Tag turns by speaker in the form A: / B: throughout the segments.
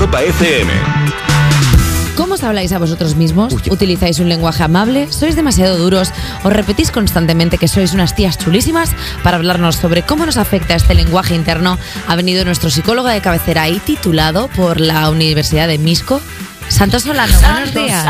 A: Europa FM.
B: ¿Cómo os habláis a vosotros mismos? ¿Utilizáis un lenguaje amable? ¿Sois demasiado duros? ¿Os repetís constantemente que sois unas tías chulísimas? Para hablarnos sobre cómo nos afecta este lenguaje interno, ha venido nuestro psicóloga de cabecera y titulado por la Universidad de Misco, Santos Solano. Buenos días.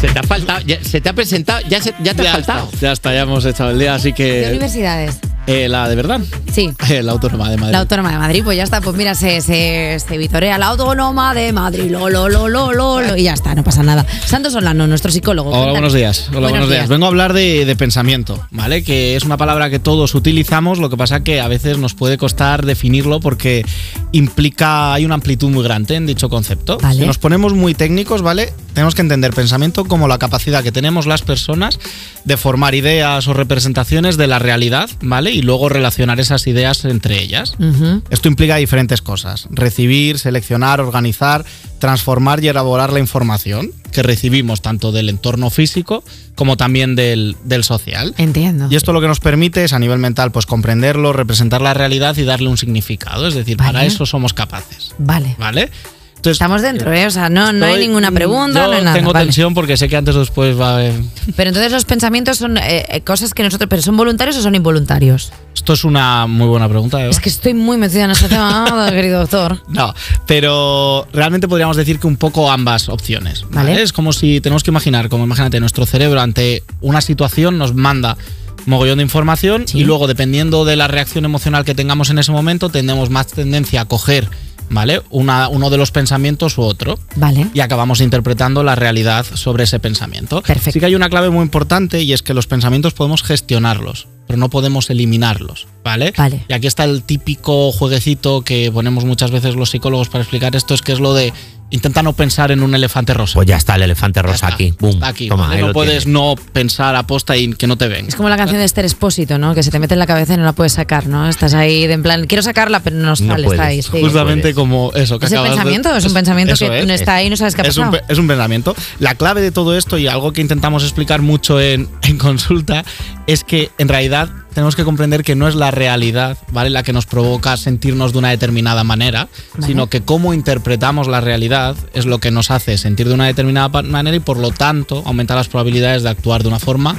C: Se te ha faltado, ya- se te ha presentado, ya, se- ya te ha faltado.
D: Ya está, ya hemos echado el día, así
B: ¿Qué
D: que.
B: universidades?
D: eh, la de verdad,
B: Sí.
D: eh, la Autónoma de Madrid.
B: La Autónoma de Madrid, pues ya está, pues mira, se, se, se vitorea la Autónoma de Madrid, lo, lo, lo, lo, lo, lo, y ya está, no pasa nada. Santos Solano, nuestro psicólogo.
D: Hola,
B: cuéntanos.
D: buenos días. Hola, buenos, días. Vengo a hablar de, de pensamiento, ¿vale? Que es una palabra que todos utilizamos, lo que pasa que a veces nos puede costar definirlo porque implica, hay una amplitud muy grande en dicho concepto.
B: Vale.
D: Si nos ponemos muy técnicos, ¿vale? Tenemos que entender pensamiento como la capacidad que tenemos las personas de formar ideas o representaciones de la realidad, ¿vale? Y luego relacionar esas ideas entre ellas.
B: Ujú.
D: Esto implica diferentes cosas. Recibir, seleccionar, organizar, transformar y elaborar la información que recibimos tanto del entorno físico como también del, del social.
B: Entiendo.
D: Y esto lo que nos permite es a nivel mental pues comprenderlo, representar la realidad y darle un significado. Es decir, para
B: Vale.
D: eso somos capaces.
B: Vale.
D: ¿Vale? Entonces,
B: Estamos dentro, ¿eh? O sea, no, no hay
D: estoy- mm,
B: ninguna pregunta,
D: yo
B: no hay nada.
D: Tengo
B: vale.
D: tensión porque sé que antes o después va a haber-
B: Pero entonces los pensamientos son eh, eh, cosas que nosotros. ¿Pero son voluntarios o son involuntarios?
D: Esto es una muy buena pregunta. ¿eh? Eva.
B: Es que estoy muy metida en este tema, querido doctor.
D: No, pero realmente podríamos decir que un poco ambas opciones. ¿vale?
B: Vale.
D: Es como si tenemos que imaginar, como imagínate, nuestro cerebro ante una situación nos manda mogollón de información
B: Sí.
D: y luego dependiendo de la reacción emocional que tengamos en ese momento, tenemos más tendencia a coger, ¿vale? Una- uno de los pensamientos u otro
B: Vale.
D: y acabamos interpretando la realidad sobre ese pensamiento.
B: Perfecto.
D: Sí que hay una clave muy importante y es que los pensamientos podemos gestionarlos, pero no podemos eliminarlos, ¿vale?
B: Vale.
D: Y aquí está el típico jueguecito que ponemos muchas veces los psicólogos para explicar esto, es que es lo de intenta no pensar en un elefante rosa.
C: Pues ya está el elefante
D: Ya
C: rosa
D: está,
C: aquí. Boom.
D: está aquí.
C: Toma,
D: ¿vale?
C: ahí
D: no
C: lo
D: puedes
C: tienes.
D: no pensar aposta y que no te venga.
B: Es como la canción de Esther Espósito, ¿no? Que se te mete en la cabeza y no la puedes sacar, ¿no? Estás ahí de en plan, quiero sacarla, pero no sale,
C: puedes.
B: está ahí. sí.
C: Justo-
D: Justamente
C: puedes.
D: como eso que
B: ¿Es el
D: acabas de-
B: pensamiento? ¿Es un pensamiento
D: Pues eso
B: que
D: es.
B: no está ahí y no sabes qué ha
D: es un,
B: pasado?
D: pe- es un pensamiento. La clave de todo esto y algo que intentamos explicar mucho en, en consulta es que en realidad tenemos que comprender que no es la realidad, ¿vale? La que nos provoca sentirnos de una determinada manera,
B: Vale.
D: sino que cómo interpretamos la realidad es lo que nos hace sentir de una determinada pa- manera y por lo tanto aumentar las probabilidades de actuar de una forma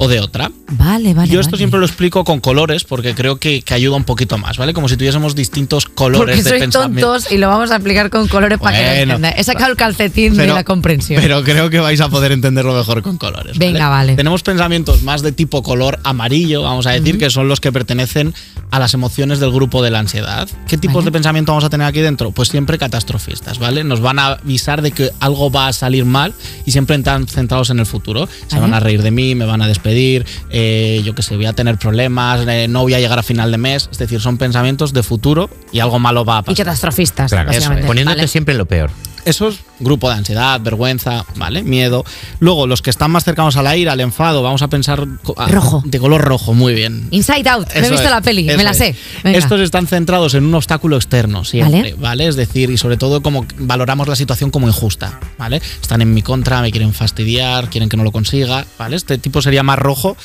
D: o de otra.
B: Vale, vale.
D: Yo esto
B: vale.
D: siempre lo explico con colores porque creo que, que ayuda un poquito más, ¿vale? Como si tuviésemos distintos colores
B: Porque
D: de
B: sois
D: pensamiento.
B: tontos y lo vamos a aplicar con colores para que lo
D: Bueno.
B: entendáis. He sacado el calcetín de la comprensión.
D: Pero creo que vais a poder entenderlo mejor con colores.
B: Venga, vale.
D: Tenemos pensamientos más de tipo color amarillo, vamos a decir, que son los que pertenecen a las emociones del grupo de la ansiedad. ¿Qué tipos
B: Vale.
D: de pensamiento vamos a tener aquí dentro? Pues siempre catastrofistas, ¿vale? Nos van a avisar de que algo va a salir mal y siempre están centrados en el futuro. Se
B: Vale.
D: van a reír de mí, me van a despedir, eh, yo qué sé, voy a tener problemas, eh, no voy a llegar a final de mes. Es decir, son pensamientos de futuro y algo malo va a
B: y
D: pasar.
B: catastrofistas,
C: Claro, eso,
B: básicamente.
C: poniéndote
B: Vale.
C: siempre en lo peor.
D: Eso es grupo de ansiedad, vergüenza, ¿vale? Miedo. Luego, los que están más cercanos a la ira, al enfado, vamos a pensar. co- a-
B: Rojo.
D: De color rojo, muy bien.
B: Inside Out, me he
D: Eso
B: visto
D: es,
B: la peli, me
D: eso
B: la
D: es.
B: sé. Venga.
D: Estos están centrados en un obstáculo externo siempre,
B: Vale.
D: ¿vale? Es decir, y sobre todo como que valoramos la situación como injusta, ¿vale? Están en mi contra, me quieren fastidiar, quieren que no lo consiga, ¿vale? Este tipo sería más rojo.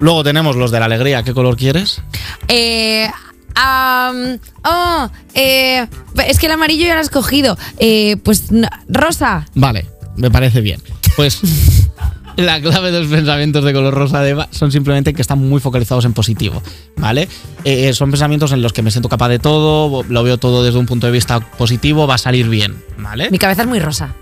D: Luego tenemos los de la alegría, ¿qué color quieres?
B: Eh, am, oh, eh, es que el amarillo ya lo has cogido. Eh, pues no, rosa.
D: Vale, me parece bien. Pues la clave de los pensamientos de color rosa de Eva son simplemente que están muy focalizados en positivo, ¿vale? Eh, eh, son pensamientos en los que me siento capaz de todo, lo veo todo desde un punto de vista positivo, va a salir bien, ¿vale?
B: Mi cabeza es muy rosa.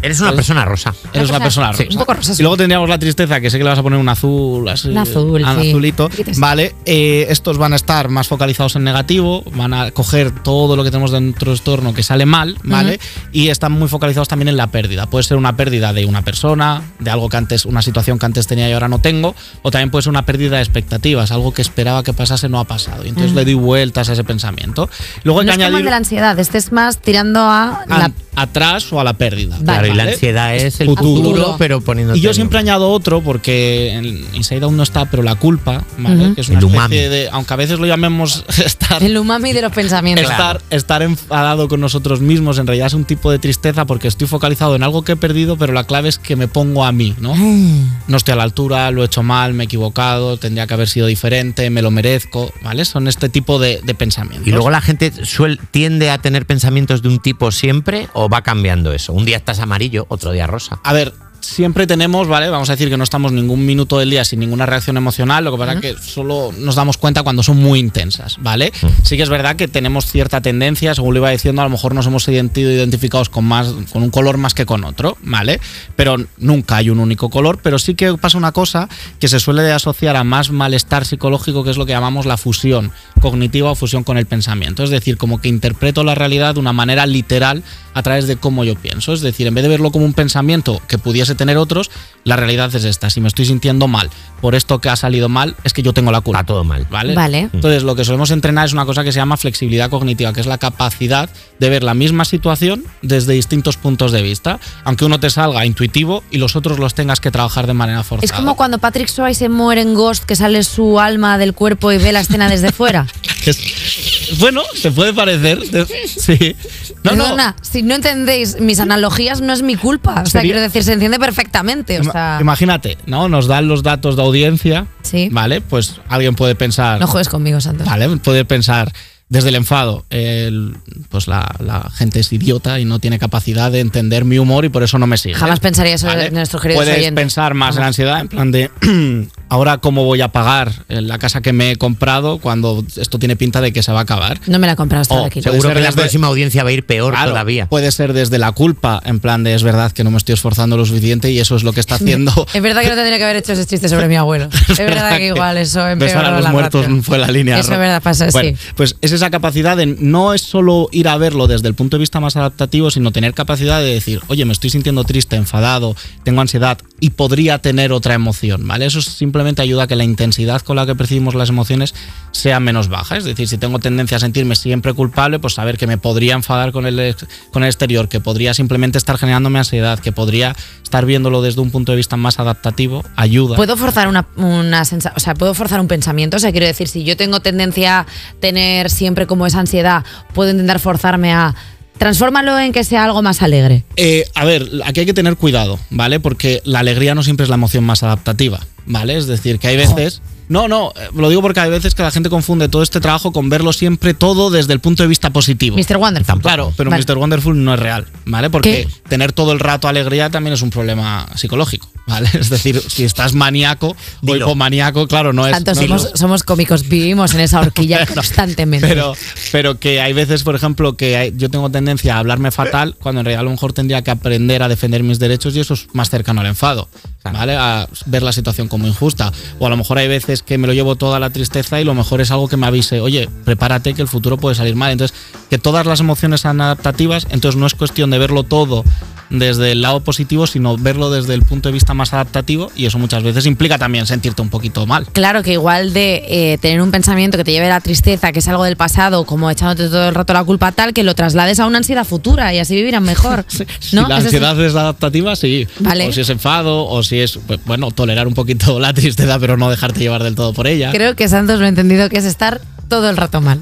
C: Eres una persona rosa.
D: Eres una persona rosa.
B: Sí, un poco rosa, sí.
D: Y luego tendríamos la tristeza, que sé que le vas a poner un azul, así. ah,
B: Un azul,
D: un
B: sí.
D: azulito.
B: Sí, sí.
D: Vale, eh, estos van a estar más focalizados en negativo, van a coger todo lo que tenemos dentro del entorno que sale mal, ¿vale? Y están muy focalizados también en la pérdida. Puede ser una pérdida de una persona, de algo que antes, una situación que antes tenía y ahora no tengo, o también puede ser una pérdida de expectativas, algo que esperaba que pasase no ha pasado. Y entonces le doy vueltas a ese pensamiento. Luego hay
B: No
D: que
B: es como el
D: añadir. Ah,
B: de la ansiedad, este es más tirando a la
D: An- atrás o a la pérdida.
B: Vale.
A: Claro, y la
D: ¿Vale?
A: ansiedad es el
D: futuro.
A: futuro, pero poniéndote.
D: Y yo siempre
A: en-
D: añado otro porque en Inside Out no está, pero la culpa, ¿vale?
B: Ujú.
D: que es una
A: El
D: especie
A: umami.
D: de. Aunque a veces lo llamemos estar.
B: El umami de los pensamientos.
D: Estar, estar enfadado con nosotros mismos en realidad es un tipo de tristeza porque estoy focalizado en algo que he perdido, pero la clave es que me pongo a mí, ¿no?
B: Ah.
D: No estoy a la altura, lo he hecho mal, me he equivocado, tendría que haber sido diferente, me lo merezco, ¿vale? Son este tipo de, de pensamientos.
A: Y luego la gente suel, tiende a tener pensamientos de un tipo siempre o va cambiando eso. Un día estás amarillo, otro día rosa.
D: A ver, siempre tenemos, ¿vale? Vamos a decir que no estamos ningún minuto del día sin ninguna reacción emocional, lo que pasa es que solo nos damos cuenta cuando son muy intensas, ¿vale? Sí que es verdad que tenemos cierta tendencia, según lo iba diciendo, a lo mejor nos hemos sentido identificados con más con un color más que con otro, ¿vale? Pero nunca hay un único color, pero sí que pasa una cosa que se suele asociar a más malestar psicológico, que es lo que llamamos la fusión cognitiva o fusión con el pensamiento, es decir, como que interpreto la realidad de una manera literal a través de cómo yo pienso. Es decir, en vez de verlo como un pensamiento que pudiese tener otros, la realidad es esta. Si me estoy sintiendo mal por esto que ha salido mal, es que yo tengo la culpa.
A: Va todo mal.
D: ¿Vale?
B: Vale.
D: Entonces, lo que solemos entrenar es una cosa que se llama flexibilidad cognitiva, que es la capacidad de ver la misma situación desde distintos puntos de vista, aunque uno te salga intuitivo y los otros los tengas que trabajar de manera forzada.
B: Es como cuando Patrick Swayze se muere en Ghost, que sale su alma del cuerpo y ve la escena desde fuera.
D: Es- Bueno, se puede parecer. Sí. No, no.
B: Perdona, si no entendéis mis analogías, no es mi culpa. O sea,
D: Sería-
B: quiero decir, se entiende perfectamente. O
D: Ima-
B: sea,
D: Imagínate, ¿no? Nos dan los datos de audiencia.
B: Sí.
D: Vale, pues alguien puede pensar.
B: no juegues conmigo, Santos.
D: Vale, puede pensar desde el enfado, el- pues la, la gente es idiota y no tiene capacidad de entender mi humor y por eso no me sigue.
B: Jamás pensaría eso de nuestros queridos
D: Puedes
B: oyentes.
D: pensar más en
B: Jamás.
D: ansiedad, en plan de ahora cómo voy a pagar la casa que me he comprado cuando esto tiene pinta de que se va a acabar.
B: No me la compras,
D: Oh,
B: todo aquí.
D: Puede
A: Seguro
D: ser
A: que la
D: desde-
A: próxima audiencia va a ir peor
D: Claro,
A: todavía.
D: Puede ser desde la culpa, en plan de es verdad que no me estoy esforzando lo suficiente y eso es lo que está haciendo.
B: Es verdad que no tendría que haber hecho ese chiste sobre mi abuelo. Es verdad que igual eso
D: Besar
B: empeoró
D: a los
B: la
D: muertos
B: relación.
D: fue la línea.
B: Eso
D: roja.
B: es verdad, pasa,
D: Bueno,
B: sí.
D: Pues es esa capacidad de no es solo ir a verlo desde el punto de vista más adaptativo, sino tener capacidad de decir, oye, me estoy sintiendo triste, enfadado, tengo ansiedad y podría tener otra emoción, ¿vale? Eso simplemente ayuda a que la intensidad con la que percibimos las emociones sea menos baja. Es decir, si tengo tendencia a sentirme siempre culpable, pues saber que me podría enfadar con el, ex- con el exterior, que podría simplemente estar generándome ansiedad, que podría estar viéndolo desde un punto de vista más adaptativo, ayuda.
B: Puedo forzar una, una sensa- o sea, puedo forzar un pensamiento, o sea, quiero decir, si yo tengo tendencia a tener siempre como esa ansiedad, puedo intentar forzarme a transfórmalo en que sea algo más alegre.
D: Eh, a ver, aquí hay que tener cuidado, ¿vale? Porque la alegría no siempre es la emoción más adaptativa, ¿vale? Es decir, que hay veces... No, no, eh, lo digo porque hay veces que la gente confunde todo este trabajo con verlo siempre todo desde el punto de vista positivo.
B: Mr. Wonderful.
D: Claro, pero
B: Vale.
D: Mr. Wonderful no es real, ¿vale? Porque
B: ¿Qué?
D: tener todo el rato alegría también es un problema psicológico, ¿vale? Es decir, si estás maníaco o
A: Dilo.
D: hipomaníaco, claro, no es...
B: Tanto
D: no es
B: somos,
D: lo-
B: somos cómicos, vivimos en esa horquilla constantemente.
D: pero, pero que hay veces, por ejemplo, que hay- yo tengo tendencia a hablarme fatal cuando en realidad a lo mejor tendría que aprender a defender mis derechos y eso es más cercano al enfado, ¿vale? A ver la situación como injusta. O a lo mejor hay veces que me lo llevo toda la tristeza y lo mejor es algo que me avise, oye, prepárate que el futuro puede salir mal. Entonces, que todas las emociones sean adaptativas, entonces no es cuestión de verlo todo desde el lado positivo, sino verlo desde el punto de vista más adaptativo y eso muchas veces implica también sentirte un poquito mal.
B: Claro que igual de eh, tener un pensamiento que te lleve a la tristeza, que es algo del pasado, como echándote todo el rato la culpa tal, que lo traslades a una ansiedad futura y así vivirán mejor. ¿No?
D: Si la
B: Eso sí.
D: ansiedad es adaptativa, sí.
B: Vale.
D: O si es enfado, o si es, pues, bueno, tolerar un poquito la tristeza, pero no dejarte llevar del todo por ella.
B: Creo que Santos lo ha entendido que es estar todo el rato mal.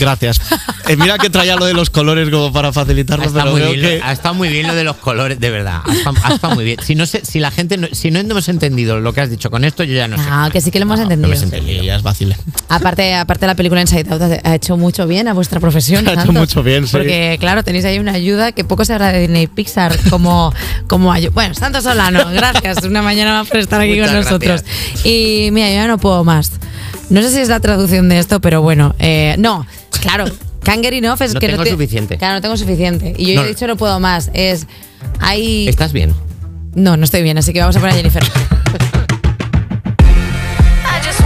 D: Gracias. Eh, mira que traía lo de los colores como para
A: Ha
D: facilitarlo,
A: estado,
D: pero
A: Ah, muy
D: creo
A: bien,
D: que...
A: lo- ha estado muy bien lo de los colores, de verdad. Ah, Ha estado, ha estado muy bien. Si no sé, si la gente no, si no hemos entendido lo que has dicho con esto, yo ya no sé.
B: Ah, que sí que lo hemos
A: No, no
B: entendido.
A: me sentí-
D: Sí, ya es fácil.
B: Aparte, aparte la película Inside Out ha hecho mucho bien a vuestra profesión.
D: Ha hecho
B: Santos.
D: mucho bien, sí.
B: Porque, claro, tenéis ahí una ayuda que poco se habrá de Disney Pixar como, como ayu- Bueno, Santos Solano, gracias una mañana más por estar aquí
A: Muchas
B: con nosotros. Y mira, yo ya no puedo más. No sé si es la traducción de esto, pero bueno, eh, no, claro. Can't get enough es
A: No
B: que
A: tengo
B: te-
A: suficiente.
B: Claro, no tengo suficiente. Y yo
A: No,
B: ya he
A: no.
B: dicho no puedo más. Es. Hay.
A: ¿Estás bien?
B: No, no estoy bien, así que vamos a poner a Jennifer.